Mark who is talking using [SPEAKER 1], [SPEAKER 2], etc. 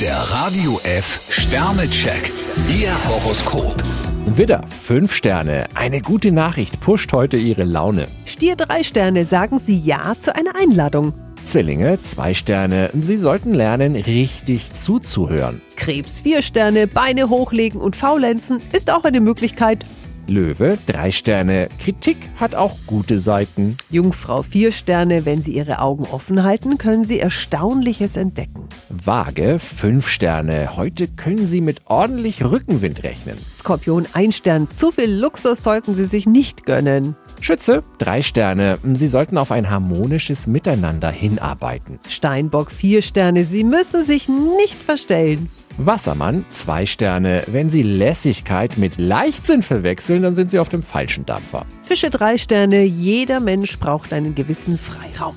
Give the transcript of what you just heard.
[SPEAKER 1] Der Radio F Sternecheck. Ihr Horoskop.
[SPEAKER 2] Widder, 5 Sterne. Eine gute Nachricht pusht heute Ihre Laune.
[SPEAKER 3] Stier drei Sterne, sagen Sie Ja zu einer Einladung.
[SPEAKER 2] Zwillinge, 2 Sterne. Sie sollten lernen, richtig zuzuhören.
[SPEAKER 3] Krebs vier Sterne, Beine hochlegen und faulenzen ist auch eine Möglichkeit.
[SPEAKER 2] Löwe, 3 Sterne. Kritik hat auch gute Seiten.
[SPEAKER 3] Jungfrau vier Sterne, wenn Sie Ihre Augen offen halten, können Sie Erstaunliches entdecken.
[SPEAKER 2] Waage, 5 Sterne. Heute können Sie mit ordentlich Rückenwind rechnen.
[SPEAKER 3] Skorpion ein Stern, zu viel Luxus sollten Sie sich nicht gönnen.
[SPEAKER 2] Schütze, 3 Sterne. Sie sollten auf ein harmonisches Miteinander hinarbeiten.
[SPEAKER 3] Steinbock vier Sterne, Sie müssen sich nicht verstellen.
[SPEAKER 2] Wassermann, 2 Sterne. Wenn Sie Lässigkeit mit Leichtsinn verwechseln, dann sind Sie auf dem falschen Dampfer.
[SPEAKER 3] Fische drei Sterne, jeder Mensch braucht einen gewissen Freiraum.